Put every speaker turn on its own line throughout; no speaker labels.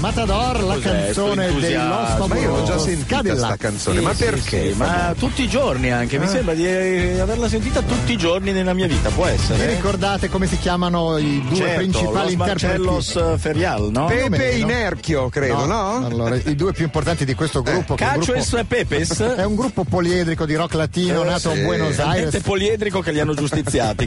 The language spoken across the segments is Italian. Matador, la
Cos'è,
canzone
sto
dei
entusiasmo?
Lost
Ma io l'ho già
sentita
sta canzone, ma perché?
Ma
Ma tutti i giorni anche, mi sembra di eh, averla sentita tutti i giorni nella mia vita, può essere.
vi
eh?
ricordate come si chiamano i due
Certo,
principali
Los
interpreti?
Marcellos eh, Ferial, no?
Pe-
Pepe
meno.
Inerchio, credo, no?
Allora, i due più importanti di questo gruppo che è un
Cacio Eh, e
gruppo-
sue
è
Pepes.
un gruppo poliedrico di rock latino
Eh,
nato
sì.
a Buenos
Gente
Aires.
poliedrico che li hanno giustiziati,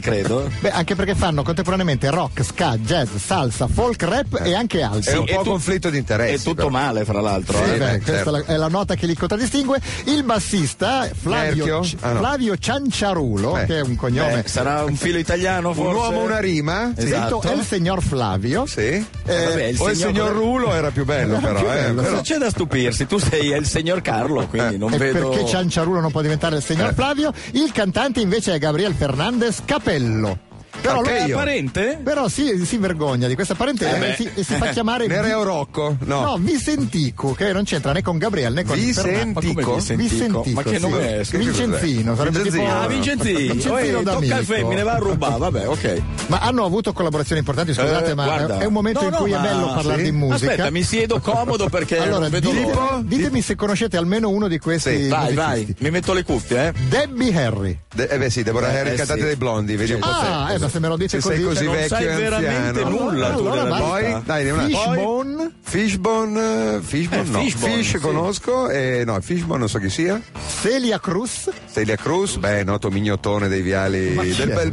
credo.
Beh, anche perché fanno contemporaneamente rock, ska, jazz, salsa, folk rap e anche
È
altro.
un
Eh. Sì,
po'
e tu-
conflitto di interessi.
È tutto
però.
male, fra l'altro.
Sì,
eh.
Eh beh,
eh,
questa
certo.
è la- è la nota che li contraddistingue. Il bassista Flavio,
Nerchio?
C-
Ah, no.
Flavio Cianciarulo,
Eh.
Beh.
che è un cognome.
Beh, sarà un filo italiano,
Un
forse.
uomo, una rima?
Sì.
Detto
esatto.
è il signor Flavio.
Sì.
Eh, vabbè,
o il signor Rulo era più bello, però. eh,
bello,
però-
Non c'è da stupirsi, tu sei il signor Carlo, quindi non
Eh, E
vedo. Eh.
perché Cianciarulo non può diventare il signor Flavio? Il cantante invece è Gabriel Fernandez Capello. Però,
È
Io.
apparente?
però si, si vergogna di questa parentela
Eh
e
beh.
si, e si fa chiamare
Nereo
Vi-
Rocco? No.
no, Vicentico, che non c'entra né con Gabriel né con Fernandez.
Ma come
Vicentico?
Vicentico? Ma che
sì.
nome è? Scusa.
Vincenzino, sarebbe tipo-
Vincenzino.
Ah, Vincenti,
Vincenzino
Oi, tocca
d'amico.
al femmine, va a rubare, vabbè, ok.
Ma hanno avuto collaborazioni importanti, scusate,
Eh,
ma
guarda.
è un momento
No,
in
no,
cui è
ma-
bello parlare
sì.
di musica.
Aspetta, mi siedo comodo perché
allora,
non vedo
dite-
l'ora.
ditemi se conoscete almeno uno di questi.
Sì,
Vai, vai,
musicisti.
mi metto le cuffie, eh.
Debbie Harry.
De- eh beh sì, Deborah
Eh,
Harry,
eh,
cantate
sì.
dei blondi, vedi un po'
Ah,
te.
eh, ma se me lo dite
Se sei
così,
così
non
vecchio
sai
e
veramente
anziano.
nulla tu
Allora
della
basta.
Poi,
vita.
dai, un attimo.
Fishbone.
Fishbone, eh, Fishbone
Eh,
no,
Fishbone,
Fish
sì.
conosco, eh, no, Fishbone non so chi sia,
Celia Cruz
Celia Cruz, beh, noto mignottone dei viali,
Ma chi
del
è?
bel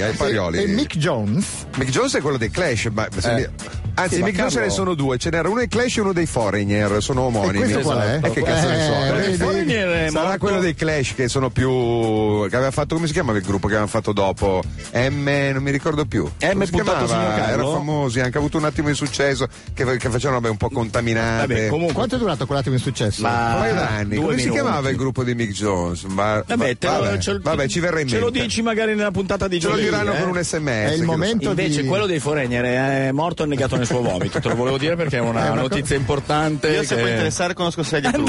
eh, Parioli.
e Mick Eh. Jones.
Mick Jones è quello dei Clash, ma senti- anzi,
Sì, ma
Mick Jones ce ne
Carlo-
sono due, ce n'era uno dei Clash e uno dei Foreigner, sono omonimi.
E questo qual è?
E che cazzo ne
Eh,
so?
vedi?
Eh,
Foreigner è
Sarà
morto-
quello dei Clash che sono più. che aveva fatto, come si chiamava il gruppo che avevano fatto dopo? M, non mi ricordo più.
M
Come si
puntato
chiamava?
signor Carlo?
Era famosi, anche ha avuto un attimo di successo che, che facevano robe un po' contaminate.
Vabbè, comunque.
Quanto è durato quell'attimo in successo?
Ma-
Un paio
Ah,
d'anni.
due
Come si
minuti.
chiamava il gruppo di Mick Jones? Ma-
Vabbè, Eh te lo-
vabbè,
ce lo-
vabbè, ci verrà in
Ce
mente.
lo dici magari nella puntata di
Ce lo
giovedì.
diranno
eh?
con un esatto sms.
È il
che lo-
momento
Invece
di-
quello dei Foreigner è morto e negato nel suo vomito, te lo volevo dire perché è
Eh,
una notizia importante.
Io se
che-
può interessare conosco Celia Cruz.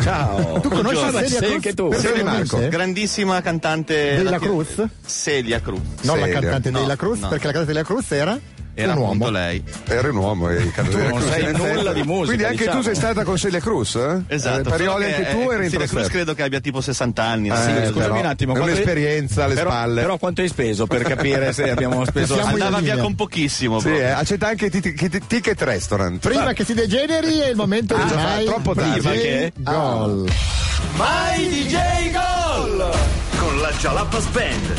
ciao.
tu conosci
Buongiorno.
Celia
Sì,
Cruz?
anche tu.
Perché-
Sei
Secondo
Marco.
me-
Grandissima cantante
Della
latina-
Cruz?
Celia Cruz.
non la
Celia.
cantante
No,
della Cruz,
no.
perché la cantante della Cruz era,
Era
un uomo.
appunto lei.
Era un uomo, eh, il cantatore
Tu non
Cruz,
sai
in effetti.
nulla di musica,
Quindi anche
diciamo.
tu sei stata con Celia Cruz? eh? Eh,
Esatto.
Parioli,
solo che,
anche tu
eh,
eri in
Celia Cruz
trasferta.
credo che abbia tipo 60 anni.
Eh,
sì.
Sì, scusami
però
un attimo.
è
quanto-
un'esperienza alle
però,
spalle.
Però quanto hai speso per capire se abbiamo speso...
Siamo in
Andava
linea.
via con pochissimo.
Sì,
proprio.
eh, accetta anche i tit- tit- Ticket Restaurant.
Prima che si degeneri è il momento
Ah,
di
già fa-
Nai-
troppo tardi. eh?
Prima
Sì.
che- Gol.
Vai DJ Gol!
Con la Jalapas Band.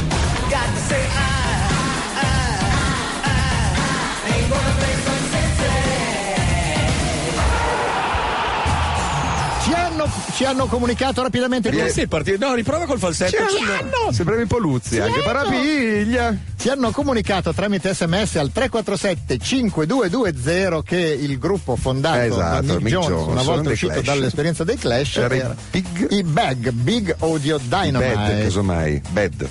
Ci hanno, ci hanno comunicato rapidamente
Perché
che
sei partito? No, riprova col falsetto.
Sì, Sembravi un po' Luzzi anche.
certo.
Parapiglia!
Ci hanno comunicato tramite sms al 347 5220 che il gruppo fondato da
Esatto,
Mick
Mick
Jones,
Jones,
una volta
dei
uscito
Clash.
dall'esperienza dei Clash,
Era i
era
Big-
i Bag, Big Audio
Bad,
Dynamite.
casomai. Bad.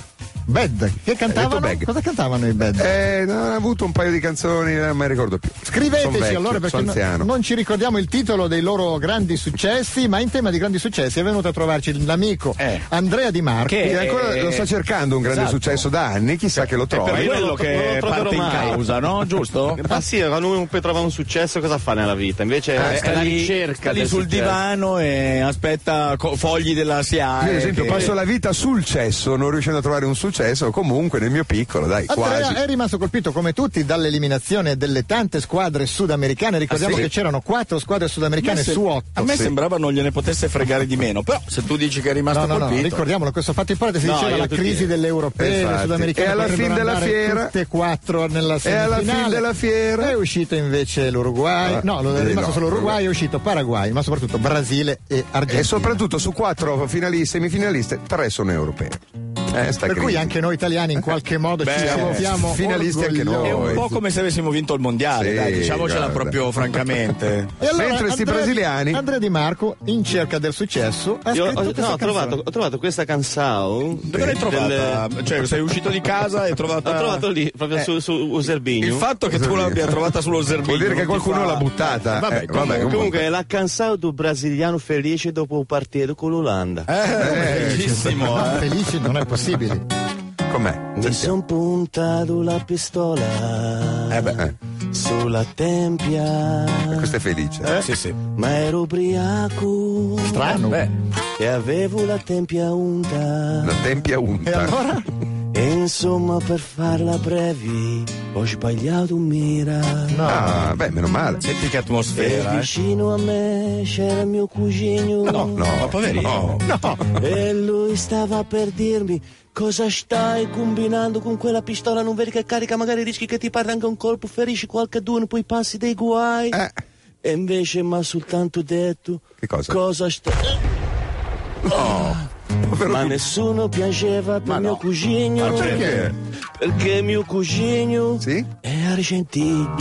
Bad, che cantavano?
Bag.
Cosa cantavano i Bad?
Eh, non ha avuto un paio di canzoni, eh, non mi ricordo più.
Scriveteci
Son vecchio,
allora
son
perché no-
anziano.
non ci ricordiamo il titolo dei loro grandi successi, ma in tema di grandi successi è venuto a trovarci l'amico
Eh.
Andrea Di Marco.
Che-
E ancora
eh,
lo sto cercando un grande
esatto.
successo da anni, chissà che lo
È per
trovi.
quello
lo- non
che
lo troverò
parte in
mai.
causa, no? Giusto?
Ma Ah, sì, qualunque trova un successo cosa fa nella vita? Invece è
Ah, Sta
la
Eh, lì-
ricerca
sta lì
del
sul
successo.
divano e aspetta co- fogli della SIA.
Io ad esempio
eh, che-
passo la vita sul cesso, non riuscendo a trovare un successo, comunque nel mio piccolo, dai,
Andrea eh.
quasi.
è rimasto colpito come tutti dall'eliminazione delle tante squadre sudamericane. Ricordiamo
Ah, sì?
che c'erano quattro squadre
A me
sudamericane
se-
su otto.
A me
Sì.
sembrava non gliene potesse fregare di meno, però se tu dici che è
No,
rimasto
no, no,
colpito.
ricordiamolo, questo fatto importante si
No,
diceva
io
la
tutti-
crisi delle europee,
Infatti.
le sudamericane
E alla
potrebbero
fin della
andare
fiera-
tutte e quattro nella
E alla
semifinale.
fine della fiera
È uscito invece l'Uruguay,
Ah,
no, è
eh,
rimasto
no.
solo l'Uruguay, è uscito Paraguay, ma soprattutto Brasile e Argentina.
e soprattutto su quattro finali, semifinaliste, tre sono europee. Eh, sta
per cui
crisi.
anche noi italiani in qualche modo
Beh,
ci sentiamo
finalisti anche
orgogliosi.
È un
noi.
po' come se avessimo vinto il mondiale,
Sì,
dai, diciamocela
guarda.
proprio francamente.
E allora
Mentre sti
Andrea-
brasiliani-
Andrea Di Marco, in cerca del successo, ha
Io ho,
scritto
no,
questa
ho trovato,
canzone.
ho trovato questa canzone.
Dove l'hai
del-
trovata? Cioè, sei uscito di casa e hai
L'ho
trovata.
trovato lì, proprio su, su Userbignum.
Il fatto che tu l'abbia trovata sullo Zerbino.
Vuol dire che
non ti
qualcuno
fa-
l'ha buttata.
Eh, vabbè,
Eh,
comunque-
comunque.
Comunque è la canzone del brasiliano felice dopo un partito con l'Olanda.
Eh,
No,
bellissimo, eh.
felici non è Eh, possibile.
Com'è?
Mi son puntato la pistola.
Eh beh, eh.
sulla tempia.
Questo è felice.
Eh.
Sì, sì.
Ma ero ubriaco
Strano.
Beh,
e avevo la tempia unta.
La tempia unta.
E allora?
E insomma, per farla brevi, ho sbagliato un mira.
No.
Ah, beh, meno male.
senti che
E
atmosfera. eh.
vicino a me c'era mio cugino.
No, no, ma poverino.
E lui stava per dirmi cosa stai combinando con quella pistola, non vedi che carica, magari rischi che ti parta anche un colpo, ferisci qualcuno, poi passi dei guai.
Eh.
E invece mi ha soltanto detto
Che cosa? Oh,
stai... Ma nessuno piangeva per mio cugino.
perché?
Perché mio cugino
Sì?
è argentino.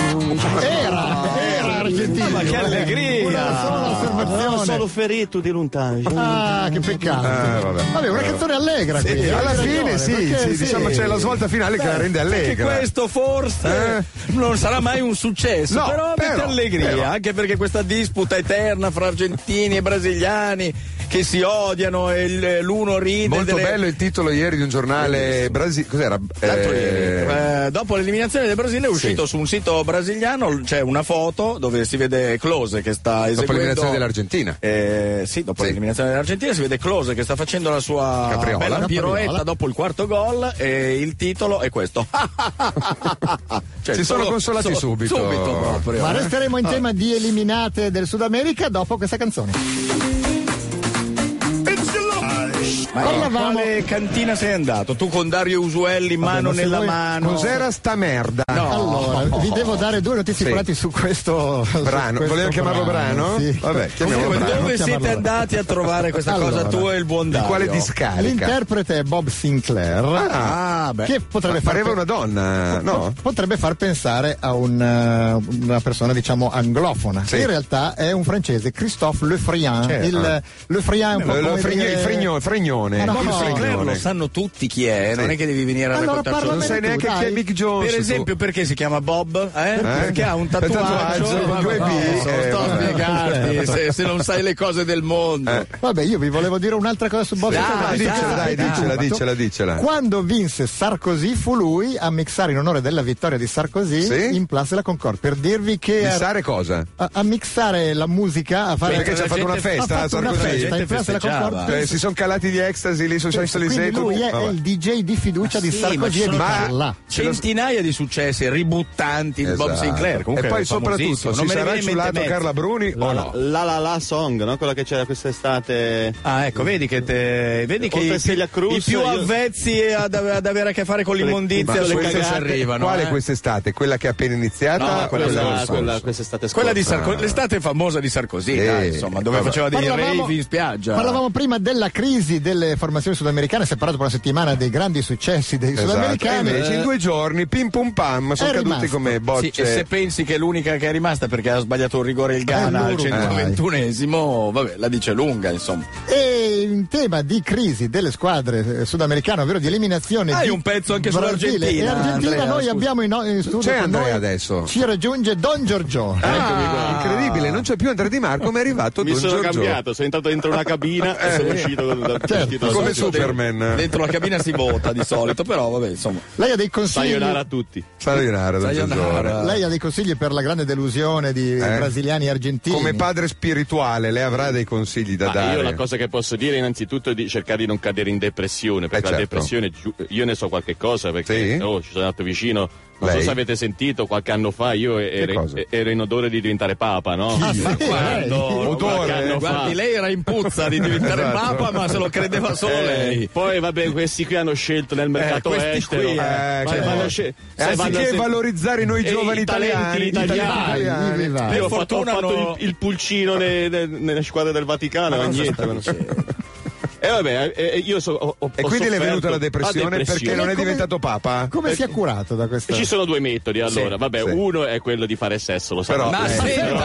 Era, era argentino.
Ma che
Una
allegria!
sola
Sono
osservazione.
solo ferito di lontano.
Ah, che peccato.
Eh,
vabbè.
vabbè.
una
Vabbè.
canzone allegra quindi.
Alla
Hai
fine
ragione,
sì,
perché
sì,
sì.
diciamo c'è la svolta finale che la rende
Perché
allegra.
questo forse non sarà mai un successo,
Eh? No,
però mette
però,
allegria,
però.
anche perché questa disputa eterna fra argentini e brasiliani che si odiano e il- l'uno ride
Molto
delle-
bello il titolo ieri di un giornale brasile. Cos'era?
L'altro
Eh,
ieri, eh, dopo l'eliminazione del Brasile è uscito su un sito brasiliano c'è una foto dove si vede Close che sta eseguendo
l'eliminazione dell'Argentina.
Eh, sì, dopo
Sì.
l'eliminazione dell'Argentina si vede Close che sta facendo la sua
Capriola.
bella piroetta
Capriola.
dopo il quarto gol e il titolo è questo Cioè,
Si sono
solo-
consolati
solo-
subito.
subito proprio
Ma
eh.
resteremo in tema di eliminate del Sud America dopo questa canzone.
Ma in
Parlavamo-
quale cantina sei andato? Tu con Dario Usuelli mano
ma se
nella
voi-
mano
Cos'era sta merda?
Allora, vi devo dare due notizie
Sì.
importanti su questo su
Brano.
questo
Volevo chiamarlo brano?
sì.
Vabbè, chiamiamolo
Comunque,
brano.
dove
Non
siete
chiamarlo.
andati a trovare questa
Allora,
cosa tu e il buon
Di
Dario?
quale discarica?
L'interprete è Bob Sinclair.
Ah, beh.
Che potrebbe
Ma
far
pareva una donna, no?
potrebbe far pensare a un, eh, una persona diciamo anglofona
Sì.
in realtà è un francese Christophe Lefrian
Certo.
il Lefrian è un po'
Lo- lo
come
frigno-
dire-
il frigno- fregnone.
Ma no,
Il
Bob
no.
Sinclair
fregnone.
lo sanno tutti chi è, eh, non è che devi venire a
Allora
raccontarci
parlamento,
Non sai neanche
dai.
chi è Big Jones.
Per
tu.
esempio, perché si chiama Bob? Eh? Perché ha un
Per
tatuaggio,
tatuaggio con
Vabbè,
due
no,
B,
adesso non
eh,
sto a
vabbè.
spiegarti se, se non sai le cose del mondo.
Vabbè, io vi volevo dire un'altra cosa su Bob
Dai,
Sinclair, ma
dai,
siete
dicela,
stati
dai, Ah, dicela,
tutti.
dicela, dicela.
Quando vinse Sarkozy fu lui a mixare in onore della vittoria di Sarkozy
Sì?
in Place de la Concorde per dirvi che
Pensare cosa?
a, a mixare la musica, a fare
Perché ci ha
la
fatto una
gente-
festa
ha
a
fatto una
Sarkozy?
festa in Place de la
festeggiava.
Concorde.
Eh, si sono calati di ecstasy lì su
Quindi
Champs-Élysées.
lui è,
Vabbè.
il DJ di fiducia di
Ah, Sì, ma ci
Sarkozy e di
sono-
Carla.
Centinaia di successi ributtanti di Bob
Esatto.
Sinclair. Comunque
e poi
è famosissimo,
soprattutto
non
ci
me ne
sarà
viene in mente
ciulato
mezzo.
Carla Bruni o
La,
Oh, no?
la la la song, no? Quella che c'era quest'estate.
Ah, ecco, vedi che, te, vedi che
Oltre a
i,
Celia Cruz,
i più
io-
avvezzi ad, ad avere a che fare con l'immondizia
Ma
su questo ci
cagate,
arrivano.
Quale
eh?
quest'estate? Quella che è appena
No,
iniziata?
ma
o
quella-
dell'anno
Quella,
scorso?
quella quest'estate scorsa.
Quella di Sarkozy, l'estate famosa di Sarkozy,
Sì.
dai, insomma, dove
Vabbè.
faceva dei rave in spiaggia.
parlavamo prima della crisi delle formazioni sudamericane, si è parlato per una settimana dei grandi successi dei
Esatto. E
sudamericani.
invece in due giorni, pim pum pam, sono
È
caduti
rimasto.
come
Sì,
bocce.
e se pensi che è l'unica che è rimasta perché ha sbagliato un rigore il Ghana al
l'Uruguay.
Eh.
121esimo, vabbè, la dice lunga, insomma.
E in tema di crisi delle squadre eh, sudamericane, ovvero di eliminazione
Hai
di
un pezzo anche
Brasile
sull'Argentina,
e Argentina,
Andrea,
noi
scusa.
abbiamo in, in studio
C'è
con
Andrea
noi,
adesso.
Ci raggiunge Don Giorgione.
Ah, incredibile, non c'è più Andrea Di Marco, ma è arrivato
Mi
Don
sono
Giorgio. Eh,
cambiato, sono entrato dentro una cabina e sono uscito con- da-
Certo.
uscito da-
Come
Dentro-
Superman.
Dentro la cabina si vota di solito, però vabbè, insomma.
Lei ha dei consigli.
Sayonara a tutti.
Sayonara, Don
Sayonara.
Giorgione.
Lei ha dei consigli per la grande delusione di
Eh?
brasiliani e argentini.
Come padre spirituale, lei avrà dei consigli da
Ma
dare.
io la cosa che posso dire innanzitutto è di cercare di non cadere in depressione, perché
Eh,
la
certo.
depressione, giu- io ne so qualche cosa, perché
Sì?
oh, ci sono andato vicino, non
Lei?
so se avete sentito, qualche anno fa io ero,
cosa?
ero in odore di diventare papa, no?
Ah, sì,
Quando-
lei?
qualche
Odore,
anno fa.
Guardi, lei era in puzza di diventare
Esatto.
papa, ma se lo credeva solo
Eh,
lei.
poi vabbè questi qui hanno scelto
Eh,
nel mercato
questi
estero
qui, eh,
Ma
cioè,
vanno scel-
e
sai, vanno
anziché
se-
valorizzare noi
E
giovani
i
italiani,
talenti italiani.
Vai, vivi, vai.
Ah, Per
io ho fatto, ho
fortuna
fatto
hanno-
il, il pulcino ne- ne- nelle squadre del Vaticano ma niente ma- e vabbè eh, eh, io so, ho, ho-
E
ho
quindi le è
sofferto-
venuta la
Ah,
depressione, perché non è
Come-
diventato papa?
Come si è curato da questa?
Eh, Ci sono due metodi allora,
Sì,
vabbè,
sì.
uno è quello di fare sesso, lo so.
Però-
Ma
Eh,
senta,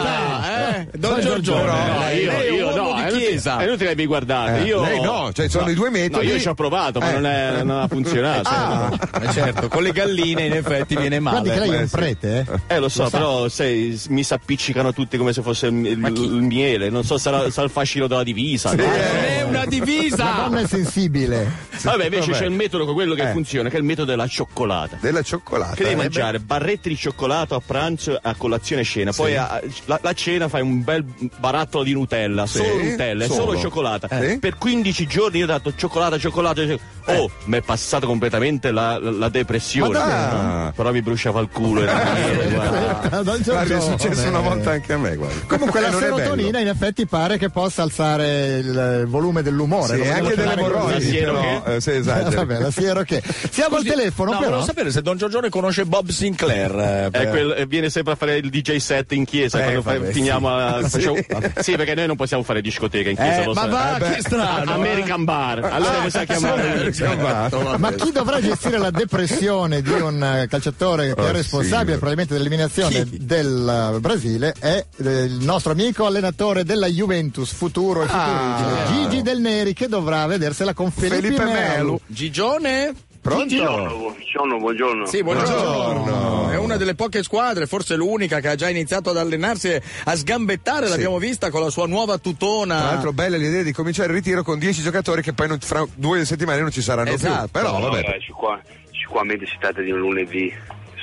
eh, Don Giorgione,
Giorgione,
no,
No, io,
lei è
io
un uomo
no, eh.
di
è
chiesa.
inutile, è inutile che mi guardate.
Esatto. Eh,
io,
lei no, cioè sono i due metodi.
No, io ci ho provato, ma
Eh. Ah.
non, è- non ha funzionato.
Eh, certo, con le galline in effetti viene male.
Guardi che lei è
eh,
un
sì.
prete, eh?
Eh, lo so,
sa.
però sai, s- mi
eh.
s'appiccicano tutti come se fosse il, il- il miele. Non so, sarà, sarà il fascino della divisa. no?
Non è una divisa!
La donna è sensibile.
Vabbè, invece
Vabbè.
c'è il metodo con quello che
Eh.
funziona, che è il metodo della cioccolata.
Della cioccolata.
Che devi
eh,
mangiare barretti di cioccolato a pranzo, a colazione e cena. Poi a- la, la cena fai un bel barattolo di Nutella,
Sì,
solo Nutella, e
solo.
solo, cioccolata.
Eh.
Per 15 giorni io ho dato cioccolata, cioccolata. cioccolata. Oh, mi è passata completamente la, la- la depressione. Ah.
Ma dai! Eh,
Però mi bruciava il culo. Era niente, guarda.
Don
beh, guarda, è
Giorgione.
successo una volta anche a me, guarda.
Comunque la
Eh, non è bello.
serotonina in effetti pare che possa alzare il volume dell'umore.
Sì,
Lo vogliamo
anche delle
chiamare così?
morroidi,
La siero
però, eh, se esageri.
Vabbè, la siero che. Siamo al telefono,
no,
però.
volevo sapere se Don Giorgione conosce Bob Sinclair. eh,
È
per-
quel- eh, viene sempre a fare il DJ set in chiesa
Eh,
quando fa-
vabbè,
finiamo
sì.
a-
Sì.
facciamo- sì. perché noi non possiamo fare discoteca in chiesa
Eh,
lo
ma
sai.
va,
beh.
che strano. Ah,
American Bar allora possiamo chiamare
Sì, ma-
Ma chi dovrà gestire la depressione di un eh, calciatore che
Oh,
è responsabile
sì.
probabilmente dell'eliminazione del eh, Brasile è eh, il nostro amico allenatore della Juventus, futuro e futurigine, Gigi Del Neri, che dovrà vedersela con Felipe,
Ah. Felipe
Melo.
Melo.
Gigione?
Pronto?
Buongiorno, buongiorno.
Sì, buongiorno. È una delle poche squadre, forse l'unica, che ha già iniziato ad allenarsi a sgambettare. L'abbiamo vista con la sua nuova
Tra
Ah.
tutona.
l'altro bella l'idea di cominciare il ritiro con 10 giocatori che poi non- fra due settimane non ci saranno
Esatto.
più. Però vabbè.
Allora, sicur- sicuramente si tratta di un lunedì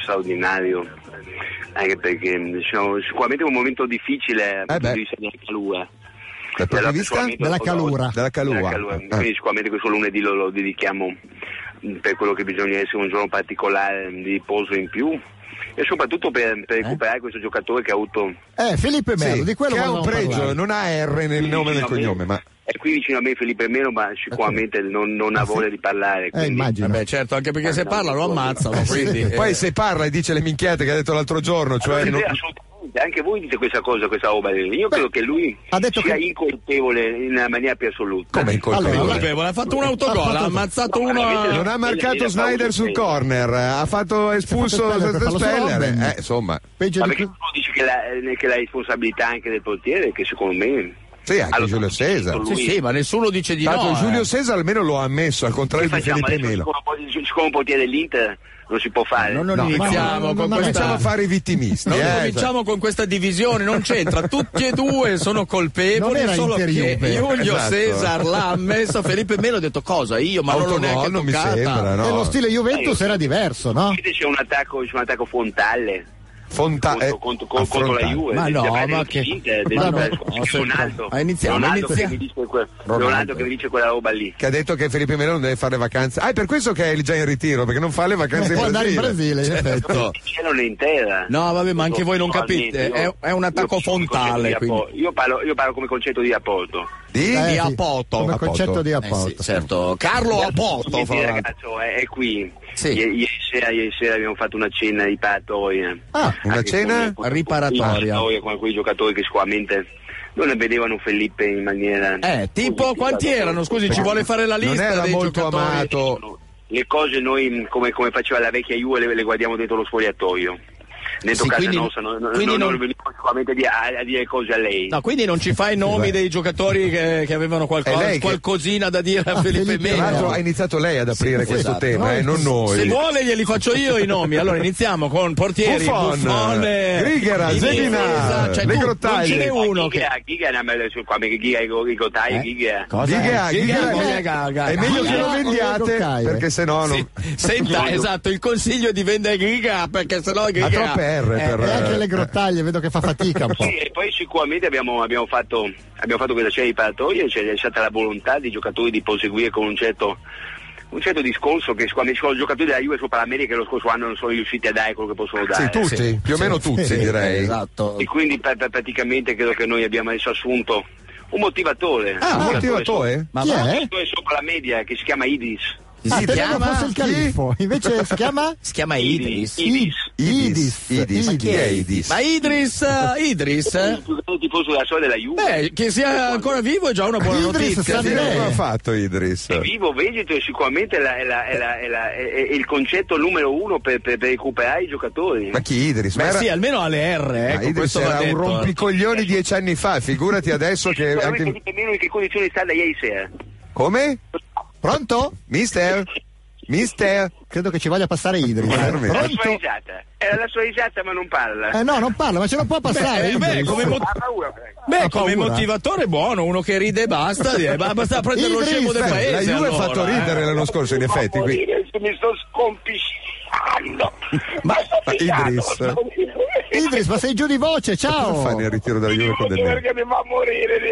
straordinario, anche perché diciamo, sicuramente è un momento difficile dal punto
Eh beh.
di vista della calura.
Dal punto
Allora,
di vista
sicuramente-
della calura.
Della calua.
Della calura.
Eh.
Quindi sicuramente questo lunedì lo, lo dedichiamo mh, per quello che bisogna essere un giorno particolare mh, di riposo in più e soprattutto per,
Eh?
per recuperare questo giocatore che ha avuto
Eh, Felipe Melo,
Sì,
di quello
che ha un
volevamo
pregio,
parlare.
non ha R nel nome e nel
Sì,
cognome, ma
è qui vicino a me Felipe Melo ma sicuramente non, non
Ah,
ha voglia di parlare
Eh,
quindi-
immagino.
Vabbè, certo, anche perché se parla lo ammazzano. Quindi, eh,
poi se parla e dice le minchiate che ha detto l'altro giorno, cioè
Sì,
non-
assolutamente, anche voi dite questa cosa, questa roba. Io credo che lui
ha detto
sia
che-
incolpevole in una maniera più assoluta.
come è incolpevole.
Allora,
vabbè, ha fatto un
Ha
autogol,
fatto-
ha ammazzato
No,
uno.
veramente
a-
non ha marcato
Gliela fa
Snyder
uno
sul
stesso.
corner, ha fatto
Si
espulso
è fatto espellere per farlo
Speller.
sull'Orden.
Eh, insomma,
Peggio
Ma
di
perché
chi-
tu dici che la, eh, che la responsabilità anche del portiere, che secondo me...
sì, anche
Allora,
Giulio Cesar.
lui-
Sì, sì, ma nessuno dice di
Tanto
no.
Giulio
eh.
Cesar almeno lo ha ammesso, al
Che
contrario di
facciamo
Felipe
adesso?
Melo.
Siccome siccome un portiere dell'Inter non si può fare.
No, non
no,
No,
no,
iniziamo
no,
con
no,
Cominciamo a
questa.
fare i vittimisti.
Non
eh, cioè.
cominciamo con questa divisione, non c'entra. Tutti e due sono
Non
colpevoli.
era
Solo che
Inter-Juve.
Giulio
Esatto.
Cesar l'ha ammesso. Felipe Melo ha detto cosa? Io, ma non l'ho
Autogol,
neanche
non mi
toccata.
sembra,
E
no.
lo stile Juventus era diverso, no?
Vedete, C'è un attacco, c'è un attacco frontale.
Fonta-
contro,
eh,
contro- contro
affrontare.
la Juve
Ma
del-
no,
del-
ma
del-
che-
del-
ma
del-
no,
del-
ho sentito.
Ronaldo
Ah, iniziamo,
Ronaldo che
iniziamo.
mi dice que-
Ronaldo.
Ronaldo che mi dice quella roba lì
Che ha detto che Felipe Melo non deve fare vacanze. Ah, è per questo che è già in ritiro, perché non fa le vacanze
Può
in
andare in
Brasile.
Brasile, in
Certo.
effetti.
Cielo non è intera.
No, vabbè, ma anche
Io-
voi non capite,
io-
è- è un attacco
io-
frontale,
io-
quindi.
Io parlo, io parlo come concetto di rapporto.
Di?
Eh, sì,
Apoto.
Come
Apoto.
concetto di
Eh sì,
apporto.
certo. Carlo Apoto.
Quindi,
fra l'altro.
ragazzo, eh, è, è qui.
Sì.
Ieri, ieri sera, ieri sera abbiamo fatto una cena riparatoria.
Ah, una
Anche
cena
riparatoria.
riparatoria Con quei giocatori che sicuramente non ne vedevano Felipe in maniera.
Eh, tipo,
positiva.
quanti erano? Scusi, ci vuole fare la
Non
lista
era
dei
molto
giocatori.
amato.
Le cose noi, mh, come, come faceva la vecchia Juve, le, le guardiamo dentro lo sfogliatoio. Dentro
Sì,
casa
quindi-
nostra, non, non,
quindi
non,
non-
non veniamo sicuramente di- a, a dire cose a lei.
No, quindi non ci fa i nomi dei giocatori che, che avevano
È
qualcosa,
lei che-
qualcosina da dire a Felipe
Felipe
Tra l'altro
Melo.
ha iniziato lei ad aprire questo
esatto.
tema, eh, non
Se
noi.
vuole glieli faccio io i nomi. Allora iniziamo con portieri,
Buffon,
Buffon, eh,
Grigera,
in
Zeghinar,
difesa, cioè,
Le
tu, Non
Grottaglie.
ce n'è uno che...
Ghiga, Ghiga è una bella qua, mi- Ghiga, Ricotai,
Eh?
Ghiga.
Cosa?
Ghiga, Ghiga,
Ghiga, Ghiga.
È meglio che lo
Ghiga,
vendiate,
Ghiga.
perché se no non...
Senta, esatto, il consiglio è di vendere Griga perché sennò Griga...
Ha troppe
Eh,
R per... eh.
E anche le grottaglie, vedo che fa fatica un po'.
Sì, e poi sicuramente abbiamo, abbiamo fatto, abbiamo fatto questa cena riparatoria e c'è stata la volontà dei giocatori di proseguire con un certo, un certo discorso che sicuramente i giocatori della Juve sopra l'America lo scorso anno non sono riusciti a dare quello che possono dare.
Sì, tutti,
Sì,
più o
sì,
meno tutti
sì,
direi.
Esatto.
E quindi pra- pra- praticamente credo che noi abbiamo adesso assunto un motivatore.
Ah,
Un
un motivatore?
Ma
Chi
va?
Ah,
Un
è?
giocatore sopra la media che si chiama Idis.
Ah,
Si
pensavo
chiama...
fosse il califfo. Invece si chiama?
Si chiama Idris.
Idris.
Idis.
Idis. Ma chi è Idis?
Ma Idris, eh, Idris, eh?
Il più grande tifoso della storia della Juve.
beh, che sia ancora vivo è già una buona
Idris
notizia.
sta
Sì,
di lei.
come ha fatto Idris?
È vivo, vegeto è sicuramente la- è la- è la- è la- è- è il concetto numero uno per, per- per recuperare i giocatori.
Ma chi Idris? Ma
Beh,
era-
sì, almeno ha le R,
ma
ecco,
Idris
questo va
era
detto.
un rompicoglioni dieci anni fa, figurati adesso che
Sicuramente
anche...
dite meno in che condizioni sta da ieri sera.
Come?
Pronto?
Mister? Mister,
Credo che ci voglia passare Idris. eh.
Veramente.
La sua
Pronto?
risata. Era la sua risata ma non parla.
Eh no, non parla, ma ce la può passare.
Eh, beh,
Idris.
come, mo-
Ha paura, prego.
beh,
Ha
come
paura.
motivatore buono, uno che ride e basta, direi, ma basta prendere lo
Idris,
scemo del
beh,
paese.
la Juve ha
allora,
fatto
eh.
ridere l'anno scorso, in effetti. qui.
Mi sto scompisciando. Ma,
ma Idris?
Idris, ma sei giù di voce, ciao.
Fai nel ritiro della Juve con del nero.
perché mi fa morire di,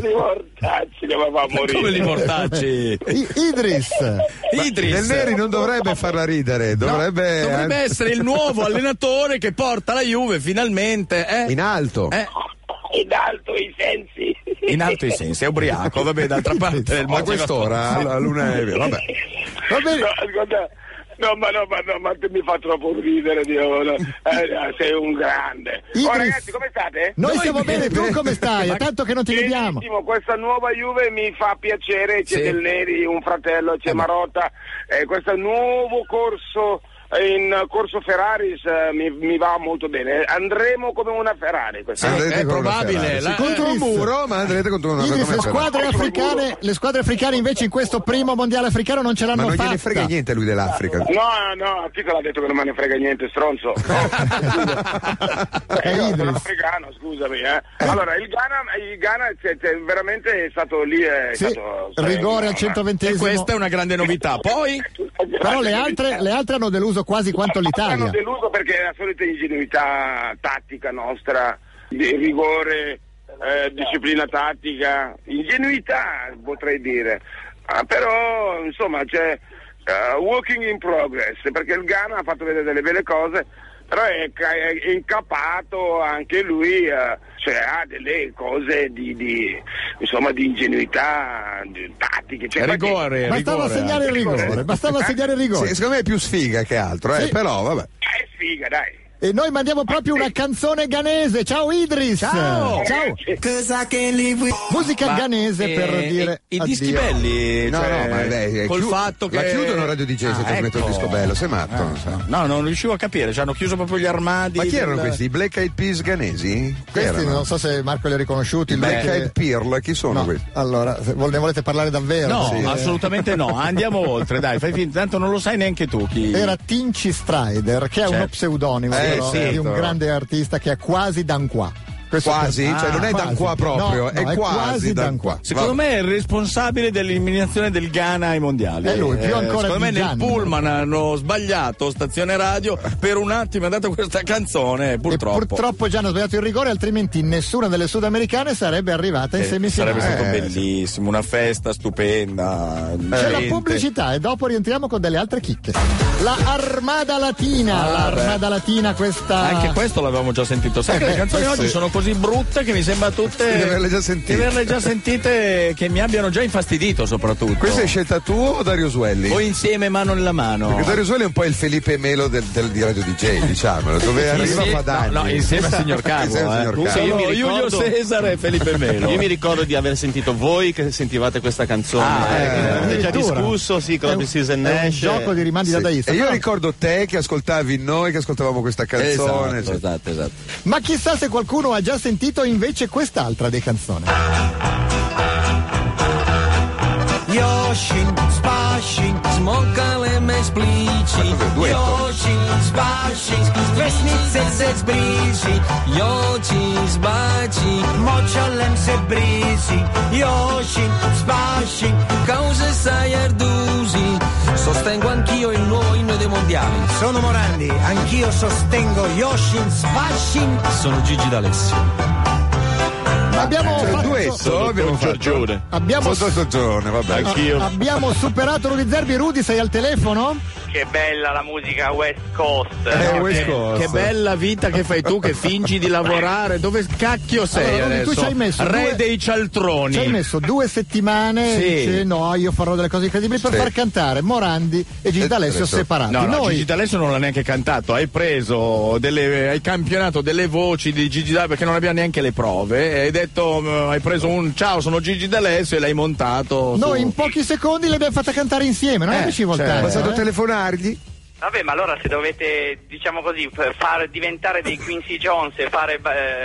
di mortacci, mi fa morire.
Come li mortacci?
I- Idris.
Idris.
Del Neri non dovrebbe farla ridere, dovrebbe,
Dovrebbe essere il nuovo allenatore che porta la Juve finalmente eh,
in alto.
eh,
In alto i sensi.
in alto i sensi, è ubriaco, vabbè, d'altra parte il
a
motivatore-
quest'ora, alla luna è vero. Vabbè.
Va bene.
No, ascolta, no, ma no, ma no, ma te mi fa troppo ridere, Dio. no. Eh, sei un grande.
Idris.
Oh, ragazzi, come state?
Noi stiamo bene, tu come stai? È tanto che non ti vediamo.
Benissimo, questa nuova Juve mi fa piacere, c'è
Sì.
Del Neri, un fratello, c'è Marotta, eh, questo nuovo corso in eh, corso Ferraris eh, mi, mi va molto bene. Andremo come una Ferrari
Ah.
questa.
Andrete
è
con una
probabile,
Ferrari.
la- eh,
Sì, contro un
Idris.
muro, ma andrete contro una
Idris, le
come Ferrari.
squadre, africane, le squadre africane invece in questo primo mondiale africano non ce l'hanno
Ma non
fatta.
gliene frega niente a lui dell'Africa.
No, no, chi te l'ha detto che non me ne frega niente, stronzo?
Eh,
Eh, io sono
Idris.
africano, scusami. eh. Allora, il Ghana, il Ghana c'è- c'è veramente è stato lì. È
Sì,
stato,
rigore al
E
120
questa è una grande novità. Poi
Però le altre, le altre hanno deluso quasi quanto l'Italia.
Hanno deluso perché è la solita ingenuità tattica nostra, di rigore, eh, disciplina tattica, ingenuità potrei dire. Ah, però insomma c'è eh, working in progress perché il Ghana ha fatto vedere delle belle cose. Però è, ca- è incappato anche lui, eh, cioè ha delle cose di, di, insomma, di ingenuità, di tattiche. Cioè,
rigore,
Bastava segnare
rigore. eh.
il rigore, bastava segnare il
Eh? Sì,
rigore.
secondo me è più sfiga che altro, eh,
Sì.
però vabbè.
perché- eh, sfiga, dai.
E noi mandiamo proprio
Eh.
una canzone ghanese. Ciao Idris!
Ciao.
Ciao. Musica
Ma,
ghanese
eh,
per dire
i, i dischi
addio.
belli,
No,
cioè,
no, ma beh,
col
chiu-
fatto che
la chiudono Radio DJ se
Ah,
trasmettono il
ecco.
disco bello, sei matto. non so.
No, non riuscivo a capire, ci hanno chiuso proprio gli armadi.
Ma chi
del-
erano questi? I Black Eyed Peas ghanesi? Chi
Questi
erano?
non so se Marco li ha riconosciuti.
I Black
perché-
Eyed Pearl, chi sono
No,
questi?
allora, se vol- ne volete parlare davvero?
No,
Sì. eh.
assolutamente no. Andiamo oltre, dai, fai finta, tanto non lo sai neanche tu chi.
Era Tinci Strider, che è uno
Certo.
pseudonimo
Eh,
però,
certo.
di un grande artista che è quasi Dan Qua. Questo- Ah,
Quasi? cioè non è
quasi.
dan qua proprio,
No,
è,
no, è
quasi,
quasi
dan
dan
qua.
Secondo me è il responsabile dell'eliminazione del Ghana ai mondiali.
È lui, più ancora
Secondo
di
me nel
Gianni.
pullman hanno sbagliato stazione radio. Per un attimo è andata questa canzone,
E
purtroppo.
purtroppo già hanno sbagliato il rigore, altrimenti nessuna delle sudamericane sarebbe arrivata in
Eh, Sarebbe
semifinale.
stato
Eh,
bellissimo, una festa stupenda.
C'è la
gente.
pubblicità e dopo rientriamo con delle altre chicche. La Armada Latina,
Ah,
l'Armada Latina questa...
Anche questo l'avevamo già sentito. Sai
Ah. Eh,
che le
beh,
canzoni
eh,
oggi
sì.
sono così brutte che mi sembra tutte.
Di averle già sentite.
Di averle già sentite, che mi abbiano già infastidito soprattutto.
Questa è scelta tua o Dario Suelli?
Poi insieme mano nella mano.
Perché Dario Suelli è un po' il Felipe Melo del, del- di Radio DJ, diciamelo, dove arriva
Insie-
fa danni.
No, no, insieme al signor
Insieme
Carlo.
al
eh.
signor
Tu
Carlo.
sono
Io mi ricordo-
Giulio Cesare e Felipe Melo.
Io mi ricordo di aver sentito voi che sentivate questa canzone.
Ah,
eh, che ne avete già
Addirittura.
discusso, sì, con
È
la
un-
Season
è un
Nash.
gioco di rimandi da
Sì.
daista.
E io
Però-
ricordo te che ascoltavi noi, che ascoltavamo questa canzone.
Esatto,
cioè.
esatto, esatto.
Ma chissà se qualcuno ha già sentito invece quest'altra dei canzoni.
Ah,
Yoshin, spashin, smokkale me spliči.
Ma cos'è, un duetto?
Yoshin, spashin, vesnice se zbriši. Yoshin, zbači, močalem se brisi. Yoshin, spashin, cause sai ardusi. Sostengo anch'io il nuovo inno dei mondiali.
Sono Morandi, anch'io sostengo Yoshin Spashin.
Sono Gigi D'Alessio.
abbiamo
Cioè, il
fatto-
duetto abbiamo
con
fatto.
Giorgione.
Abbiamo,
Sotto il soggiorno, vabbè.
a-
Anch'io.
abbiamo superato Rudy Zerbi. Rudy, sei al telefono?
Che bella la musica West Coast.
Eh,
no?
West
Che-
Coast.
Che bella vita che fai tu che fingi di lavorare. Dove cacchio sei
Allora, Roni, tu
adesso?
ci hai messo
Re
due-
dei cialtroni.
Ci hai messo due settimane
Sì.
dice no, io farò delle cose incredibili per
Sì.
far cantare Morandi e Gigi
Eh,
D'Alessio
adesso-
separati.
No, no,
Noi-
Gigi D'Alessio non l'ha neanche cantato, hai preso delle, hai campionato delle voci di Gigi D'Alessio perché non abbiamo neanche le prove, e hai detto, mm, hai preso un ciao sono Gigi D'Alessio e l'hai montato. su-
noi in pochi secondi le abbiamo fatta cantare insieme, non è
Eh,
che ci
cioè,
voltare.
È passato a
eh?
telefonargli.
Vabbè, ma allora se dovete, diciamo così, f- far diventare dei Quincy Jones e fare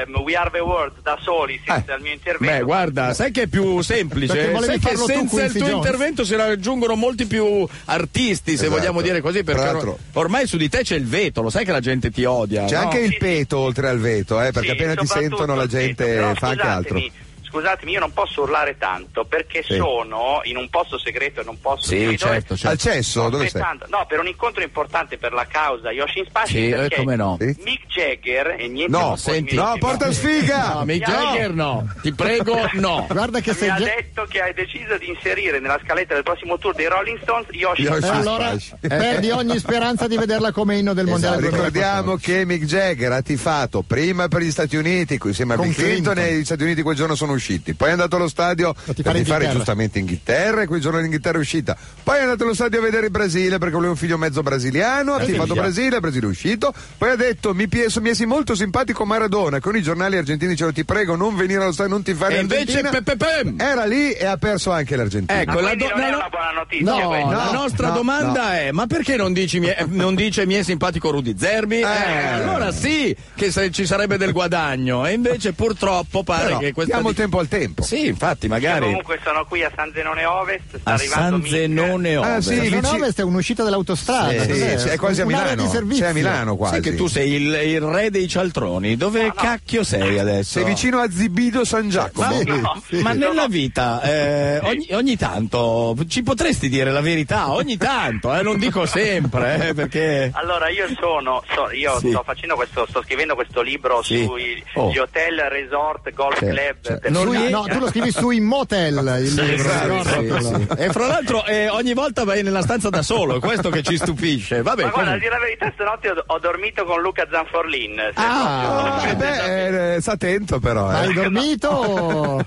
ehm, We Are the World da soli
Eh,
senza il mio intervento.
Eh, Beh, guarda, sai che è più semplice?
Perché volevi
Sai che
farlo tu,
senza il
Quincy
tuo
Jones?
intervento si raggiungono molti più artisti, se
Esatto.
vogliamo dire così, perché
Tra
or-
l'altro-
ormai su di te c'è il veto, lo sai che la gente ti odia.
C'è
no?
anche il peto oltre al veto, eh, perché appena ti
soprattutto
sentono la
il
gente
Però
fa anche altro.
scusatemi, Scusatemi, io non posso urlare tanto perché
Sì.
sono in un posto segreto e non posso
Sì,
dire dove-
certo, certo. Al cesso,
Sto
dove sei?
aspettando- No, per un incontro importante per la causa Yoshin Spashi
Sì, eh,
perché
come no. Sì.
Mick Jagger e niente
No,
un po'
senti.
di
No,
minuti,
porta sfiga! No, Mick
Mi ha-
Jagger no. Ti prego, no. Guarda che
mi
sei
ha
già-
detto che hai deciso di inserire nella scaletta del prossimo tour dei Rolling Stones Yoshin
E
Spashi.
Eh, allora
Eh.
perdi ogni speranza di vederla come inno del mondiale
Esatto,
2014.
ricordiamo che Mick Jagger ha tifato prima per gli Stati Uniti, qui insieme a
Con
Bill Clinton,
Clinton.
e gli Stati Uniti quel giorno sono usciti. Poi è andato allo stadio
tifare
per tifare
Inghilterra.
giustamente Inghilterra e quel giorno l'Inghilterra è uscita. Poi è andato allo stadio a vedere il Brasile perché lui è un figlio mezzo brasiliano, ha
Eh,
tifato
figlia.
Brasile, il Brasile è uscito. Poi ha detto mi, pie- mi è sì molto simpatico Maradona, con i giornali argentini dicevano ti prego non venire allo stadio, non tifare
E invece
Argentina. Era lì e ha perso anche l'Argentina.
Ecco, la do- no, no- no, la nostra
no,
domanda
no.
è: ma perché non, dici mi eh, non dice mi è simpatico Rudy Zerbi? Eh, allora sì che se- ci sarebbe del guadagno. E invece purtroppo pare
Però
che questa.
diamo
di-
tempo al tempo.
Sì, infatti,
Io
magari.
comunque sono qui a San Zenone Ovest, sta
A
arrivando
San
Mick.
Eh,
Zenone Ovest.
Zona Ovest è un'uscita dell'autostrada.
Eh, Sì,
cos'è?
sì, è quasi a
Un'area
Milano.
di servizio.
C'è a Milano
Sai
quasi.
che tu sei il, il re dei cialtroni. Dove cacchio sei adesso?
Sei vicino a Zibido San Giacomo.
Ma,
No.
ma nella vita, eh, ogni, ogni tanto, ci potresti dire la verità? Ogni tanto, eh, non dico sempre, eh, perché...
Allora io sono, so- io
Sì.
sto facendo questo, sto scrivendo questo libro
Sì.
sui
Oh.
gli hotel, resort, golf
Sì, Cioè,
club. del-
Sui- no, tu lo scrivi sui motel il
Sì,
libro,
sì,
ricordatelo.
sì, sì. E fra l'altro eh, ogni volta vai nella stanza da solo, è questo che ci stupisce. Vabbè,
Ma guarda, a
comunque.
dire la verità, stanotte ho, ho dormito con Luca Zanforlin. se
Ah, eh, beh, eh, sta attento però. eh.
Hai dormito? o-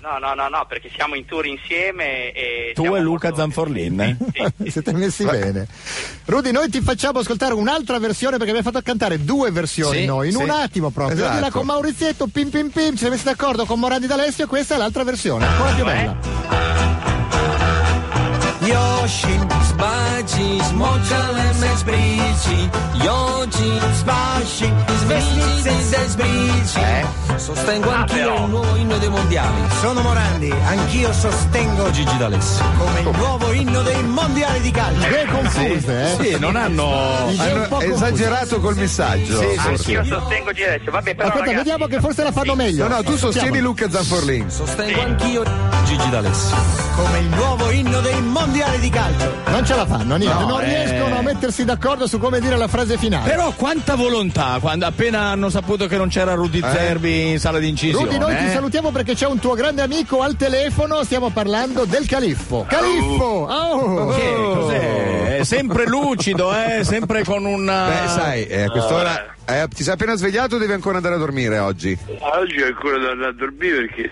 No, no, no, no, perché siamo in tour insieme e
tu e Luca Zanforlin. eh?
Siete messi bene. Rudy, noi ti facciamo ascoltare un'altra versione perché abbiamo fatto cantare due versioni
Sì,
noi in
sì.
un attimo proprio.
Esatto.
Quella con Maurizietto, pim pim pim, ci siamo messi d'accordo con Morandi D'Alessio e questa è l'altra versione, ancora più bella.
Yoshin, sbaci, smoccia le mesbrici. Yoshin, sbaci, svegli senza sbrici.
Eh?
Sostengo anch'io il nuovo inno dei mondiali.
Sono Morandi, anch'io sostengo
Gigi D'Alessio.
come il nuovo inno dei mondiali di calcio.
Due confuse, eh?
Sì, non hanno...
Idee un
Hanno
po' confuse.
esagerato col messaggio.
Sì, sì,
forse.
Io sostengo Giresso, vabbè, però
Aspetta,
ragazzi,
vediamo che forse la fanno meglio.
No, no, tu sostieni Luca Zanforlin.
Sostengo anch'io Gigi D'Alessio.
Come il nuovo inno dei mondiali di calcio.
Non ce la fanno, niente.
No,
non
eh.
riescono a mettersi d'accordo su come dire la frase finale.
Però quanta volontà quando appena hanno saputo che non c'era Rudy Zerbi in sala di incisione.
Rudy, noi ti
eh?
salutiamo perché c'è un tuo grande amico al telefono. Stiamo parlando del Califfo. Califfo! Oh!
Che cos'è? Ah. È sempre lucido, eh? sempre con una.
Beh, sai, eh, a quest'ora eh, ti sei appena svegliato, devi ancora andare a dormire oggi.
Oggi ho ancora da andare a dormire perché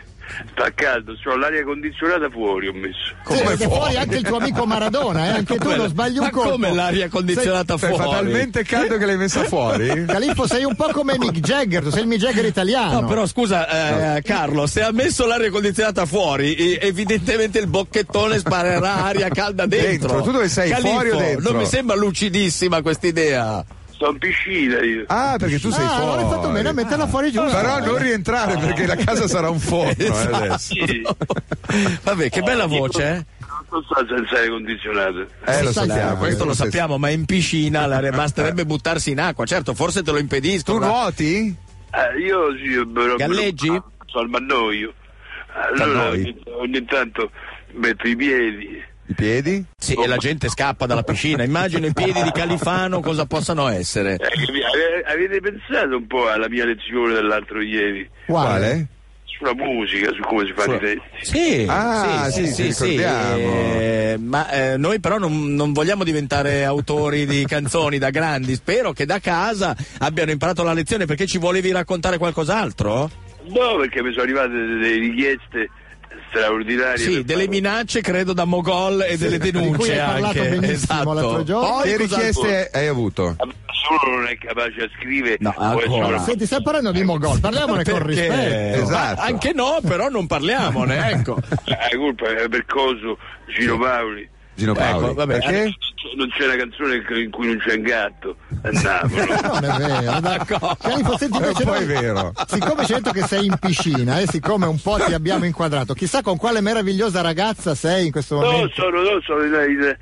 sta caldo, c'ho l'aria condizionata fuori ho messo.
Sì, perché
fuori?
fuori anche il tuo amico Maradona, eh? anche tu
Come
non
la-
sbagli un
ma
colpo.
come l'aria condizionata
Cioè, fa
fuori?
talmente caldo che l'hai messa fuori.
Califfo sei un po' come Mick Jagger, tu sei il Mick Jagger italiano.
No, però scusa, eh, Carlo, se ha messo l'aria condizionata fuori, eh, evidentemente il bocchettone sparerà aria calda dentro.
Dentro, tu dove sei,
Califfo,
fuori o dentro?
Non mi sembra lucidissima questa idea.
Sto in piscina io.
Ah, perché tu sei
ah,
fuori.
allora hai fatto bene a metterla fuori giusto.
Però non rientrare perché la casa sarà un forno eh,
Esatto.
adesso.
Vabbè, che bella voce, eh?
Non sto senza aria condizionata.
Eh, lo
Sì,
sappiamo.
Questo lo sappiamo, ma in piscina l'aria- basterebbe buttarsi in acqua. Certo, forse te lo impedisco.
Eh. Tu
ma-
nuoti?
Eh, io sì, io però...
Galleggi?
Sono al mannoio. Eh, Allora
Mannoio.
ogni, ogni tanto metto i piedi.
I piedi?
Sì, e la gente scappa dalla piscina. Immagino i piedi di Califano cosa possano essere.
Eh, vi- ave- avete pensato un po' alla mia lezione dell'altro ieri?
Quale?
Sulla musica, su come si fa i testi.
Sì,
Ah, sì, ci ricordiamo.
eh, ma eh, noi però non, non vogliamo diventare autori di canzoni da grandi. Spero che da casa abbiano imparato la lezione perché ci volevi raccontare qualcos'altro?
No, perché mi sono arrivate delle richieste straordinarie.
Sì,
per
delle
fare-
minacce credo da Mogol e delle
di cui
denunce
hai parlato
anche. Esatto.
benissimo l'altro giorno.
Poi
Che
cos'altro?
richieste hai avuto?
Solo non è capace a scrivere.
No,
o è solo-
ancora.
Senti, stiamo parlando di Mogol, parliamone con
Perché-
rispetto.
Esatto.
Ma Anche no, però non parliamone, ecco.
La colpa è per coso Gino Paoli. Cioè,
Gino Paoli.
Ecco, vabbè,
perché?
adesso-
non c'è una canzone in cui non c'è un gatto a Napoli.
Non è vero,
Ecco.
d'accordo. Fossetti, invece
poi
noi-
è vero.
Siccome ci hai detto che sei in piscina e siccome un po' ti abbiamo inquadrato, chissà con quale meravigliosa ragazza sei in questo
No,
momento.
sono, no, sono, in-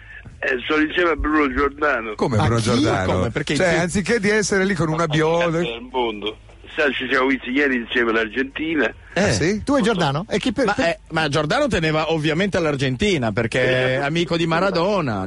eh, sono insieme a Bruno Giordano.
Come Bruno Giordano?
Come? Perché
cioè,
il-
anziché di essere lì con una bionda.
Nel mondo. Sa, ci siamo visti ieri insieme all'Argentina.
Eh.
Ah, sì?
Tu e Giordano? E chi per-
Ma,
per-
eh, ma Giordano teneva ovviamente all'Argentina perché è amico di Maradona,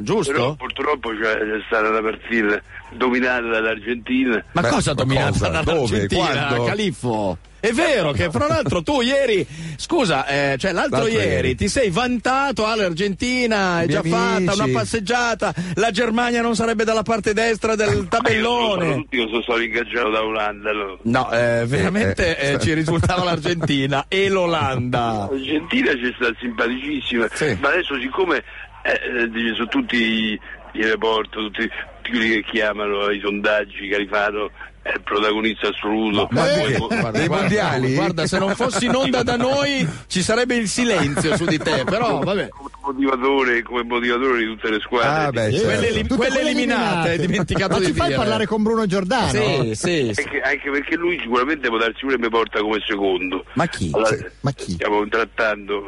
Però
giusto?
purtroppo c'è, c'è stata una partita dominata dall'Argentina.
Ma
Beh,
cosa
ma
dominata
cosa?
dall'Argentina,
Dove? Quando?
Califfo? È vero che fra l'altro tu ieri, scusa, eh, cioè l'altro,
L'altro
ieri,
ieri.
ti sei vantato all'Argentina, è
Miei
già fatta
amici.
una passeggiata, la Germania non sarebbe dalla parte destra del
Io sono,
tabellone.
tutti, io sono, sono ingaggiato da Olanda. allora.
No, eh, veramente
Eh, eh.
eh, ci risultava l'Argentina e l'Olanda.
L'Argentina c'è stata simpaticissima,
Sì.
ma adesso siccome eh, eh, dice, sono tutti i, i report, tutti quelli che chiamano i sondaggi, Carifato è il protagonista assoluto.
Ma
Poi-
perché?
poi-
Dei mondiali?
Guarda, se non fossi in onda da noi ci sarebbe il silenzio su di te, però vabbè.
come motivatore, come motivatore di tutte le squadre. Eh,
Ah, beh, certo.
Quelle, elim-
Tutte
quelle
quelle
eliminate, hai dimenticato
Ma
di
ci
dire.
fai parlare con Bruno Giordano?
Sì, sì, sì.
Anche, anche perché lui sicuramente può darsi pure mi porta come secondo.
Ma chi?
Allora,
Sì, ma chi?
Stiamo trattando.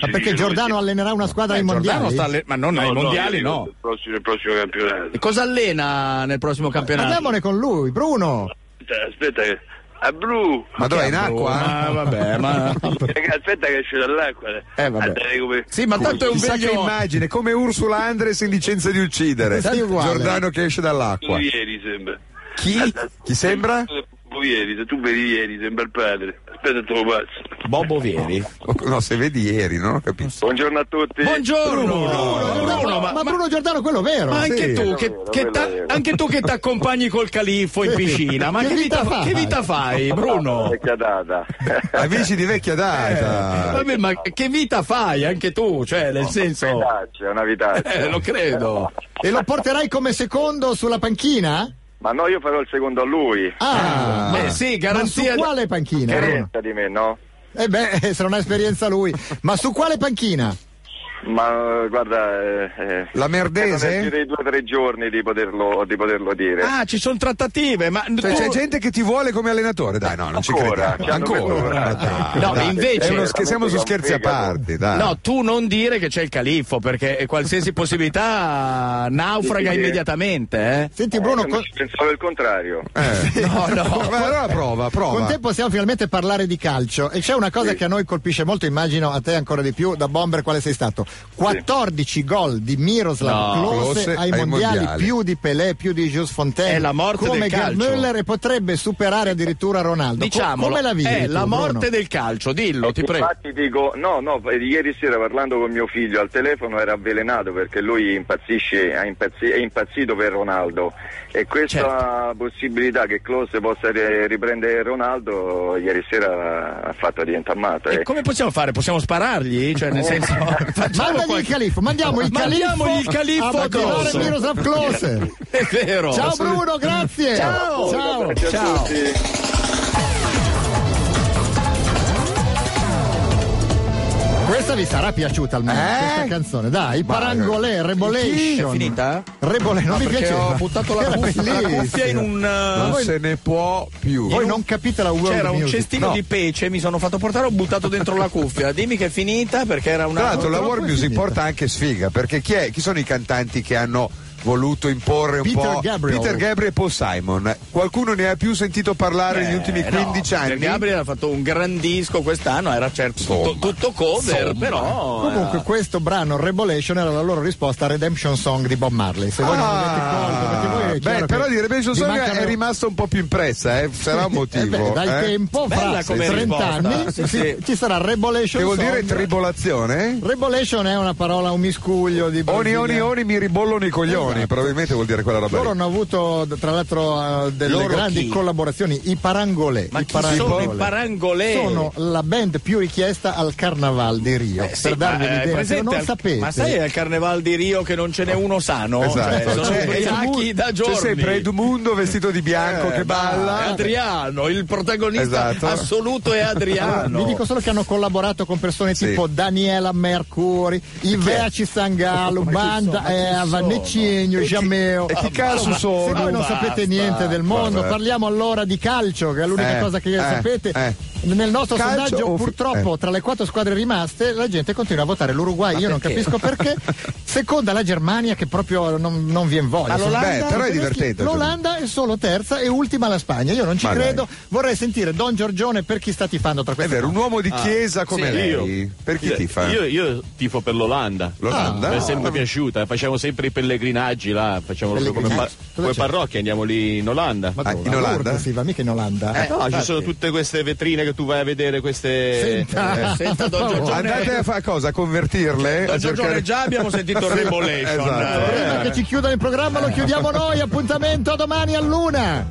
Ma perché Giordano allenerà una squadra ai
Eh, Giordano
mondiali?
sta alle- Ma non ai mondiali, no.
Nel prossimo, nel prossimo
E
campionato.
cosa allena nel prossimo campionato?
Parliamone con lui, Bruno.
Aspetta, aspetta che- A Bru!
Ma dov'è in acqua?
Ma vabbè, ma.
Eh, Raga, Aspetta che esce dall'acqua.
Eh, vabbè.
A dare come-
Sì, ma tanto è un
Chissà che
veglione.
immagine, come Ursula Andres in licenza di uccidere.
Sì, uguale.
Giordano che esce dall'acqua.
come ieri sembra.
Chi? Chi sembra?
Come ieri, se tu vedi ieri, sembra il padre. Aspetta, te lo passo.
Bobo Vieri.
No, se vedi ieri, non ho capito.
Buongiorno a tutti.
Buongiorno. Bruno,
ma,
ma, ma-
Bruno Giordano quello vero.
ma anche,
Sì,
tu,
quello
che,
vero,
che
quello
ta-
vero.
anche tu che ti accompagni col califo in piscina, ma
Che
che,
vita
vita,
fai?
che vita fai, Bruno?
Vecchia data.
Amici di vecchia data.
Vabbè, ma che vita fai anche tu? Cioè, nel senso.
Vitaccia, una vitaccia.
Eh, lo credo.
E lo porterai come secondo sulla panchina?
Ma no, io farò il secondo a lui.
Ah,
Beh, sì, garanzia.
Ma su quale panchina? Bruno?
Esperienza di me, no?
Eh beh, se non ha esperienza lui. Ma su quale panchina?
Ma eh, guarda, eh, eh,
La
credo nel giro
merdese?
dei due o tre giorni di poterlo, di poterlo dire.
Ah, ci sono trattative, ma
Cioè,
tu-
c'è gente che ti vuole come allenatore, dai, no, non ci
Oh. Ancora,
crediamo.
ci hanno
Ancora.
messo-
dai,
No,
dai.
invece-
È uno scher- siamo su
Veramente
scherzi a
che è un
parte,
Ah.
dai.
No, tu non dire che c'è il califfo, perché qualsiasi possibilità naufraga
Sì, sì.
immediatamente,
Senti Bruno,
Eh,
con,
Pensavo il contrario.
eh? No,
Ma
no.
allora prova,
con
prova.
te possiamo finalmente parlare di calcio e c'è una cosa che a noi colpisce molto, immagino a te ancora di più, da bomber quale sei stato. 14 gol di Miroslav
No,
Klose
Klose
ai
ai
mondiali,
mondiali.
più di Pelé, più di Jules Fontaine.
È la morte
come
del
Gerd
calcio.
Müller e potrebbe superare addirittura Ronaldo. Co-
Diciamolo,
come la vivi?
è
tu,
la morte
Bruno?
del calcio,
Eh,
dillo, ti prego.
Infatti dico, no, no, eh, ieri sera parlando con mio figlio al telefono era avvelenato perché lui impazzisce, è impazzi- è impazzito per Ronaldo e
Certo.
questa possibilità che Klose possa ri- riprendere Ronaldo ieri sera ha fatto diventare matto.
E
eh.
come possiamo fare? Possiamo sparargli? Cioè, nel senso, facciamo
Mandagli il
qualche-
califfo, mandiamo il califfo,
Mandiamogli il califfo
a
addosso.
battere Miroslav Klose.
È vero.
Ciao Bruno, grazie.
Ciao.
Ciao.
Ciao.
Questa vi sarà piaciuta almeno,
Eh?
questa canzone, dai, Parangolè, Rebolation.
È finita?
Rebolè, non
Ma
mi
perché
piaceva.
ho buttato la
Era
cuffia, la
bellissimo.
cuffia in un... eh,
Non se ne può più.
Voi non capite la world
C'era un
music.
cestino
No.
di pece, mi sono fatto portare, ho buttato dentro la cuffia. Dimmi che è finita perché era una.
Tra l'altro la
troppo
War
è
Music
finita.
porta anche sfiga, perché chi, è- chi sono i cantanti che hanno voluto imporre un
Peter
po'
Gabriel.
Peter Gabriel e Paul Simon? Qualcuno ne ha più sentito
Eh,
parlare negli ultimi
Eh,
15 anni?
Gabriel ha fatto un gran disco quest'anno, era certo tutto,
Insomma.
tutto cover,
Insomma.
però. eh, era-
Comunque questo brano Rebolation era la loro risposta a Redemption Song di Bob Marley. Se voi non avete colto, perché voi è
Ah,
chiaro
beh, però
che
di Rebellion
vi
Song
mancano-
è rimasta un po' più impressa, eh, sarà un
Eh
motivo.
beh, dal
eh?
tempo,
Bella
fra
come
30
risposta.
anni,
Sì,
sì,
sì.
ci sarà Rebolation
Che vuol
Song.
dire tribolazione? eh?
Rebolation è una parola, un miscuglio di
Oni,
brasiliano.
oni, oni mi ribollono i coglioni,
Esatto.
probabilmente vuol dire quella roba.
Loro
lì.
hanno avuto tra l'altro eh, delle
Loro
grandi
chi?
collaborazioni, i Parangolè.
Ma
I
chi sono i Parangolè?
Sono la band più richiesta al Carnaval di Rio.
Eh, sì,
per darvi
ma, eh,
un'idea, se
presente
non
al-
sapete.
Ma sai al carneval di Rio che non ce n'è uno sano? Cioè,
Esatto.
sono
C'è-
ubriachi da giorni. Eh,
C'è sempre Edmundo vestito di
Eh,
bianco che
È
balla.
Adriano, il protagonista
Esatto.
assoluto è
Allora,
Adriano.
Vi dico solo che hanno collaborato con persone
Sì.
tipo Daniela Mercuri, Ivea Cissangalo, Banda
ma chi
Eva,
sono?
Necini, Mourinho, Giammeo.
e chi cazzo sono?
Se voi non
Basta,
sapete niente del mondo,
vabbè.
parliamo allora di calcio, che è l'unica
Eh,
cosa che
eh,
sapete.
eh.
Nel nostro
Calcio
sondaggio,
o fu-
purtroppo,
eh.
tra le quattro squadre rimaste, la gente continua a votare l'Uruguay. Io non capisco perché. Seconda la Germania, che proprio non, non viene voglia.
Ma l'Olanda- Beh, però è
i tedeschi-
divertente,
L'Olanda è solo terza e ultima la Spagna. Io non ci
Ma dai.
credo. Vorrei sentire Don Giorgione per chi sta tifando tra
È
queste
vero, un
cose.
uomo di
Ah,
chiesa come
sì,
lei.
io.
Per chi
Io-
tifa?
Io, io tifo per l'Olanda.
L'Olanda?
Mi è
Ah.
sempre piaciuta, facciamo sempre i pellegrinaggi là, facciamo proprio come,
Pellegrinaggi?
par-
Dove
come
c'è?
parrocchie, andiamo lì ah, in Olanda.
Ma dove? A Lourdes Si va mica in Olanda.
Eh, no, ci
infatti.
sono tutte queste vetrine che tu vai a vedere, queste.
Senta.
Eh, senta,
Per
Don
favore.
Giorgione.
Andate a fare cosa? A convertirle?
Don
A
Giorgione,
cercare-
già abbiamo sentito Rebolation.
Esatto.
eh.
Eh, Prima che ci chiuda il programma lo chiudiamo noi. Appuntamento a domani all'una.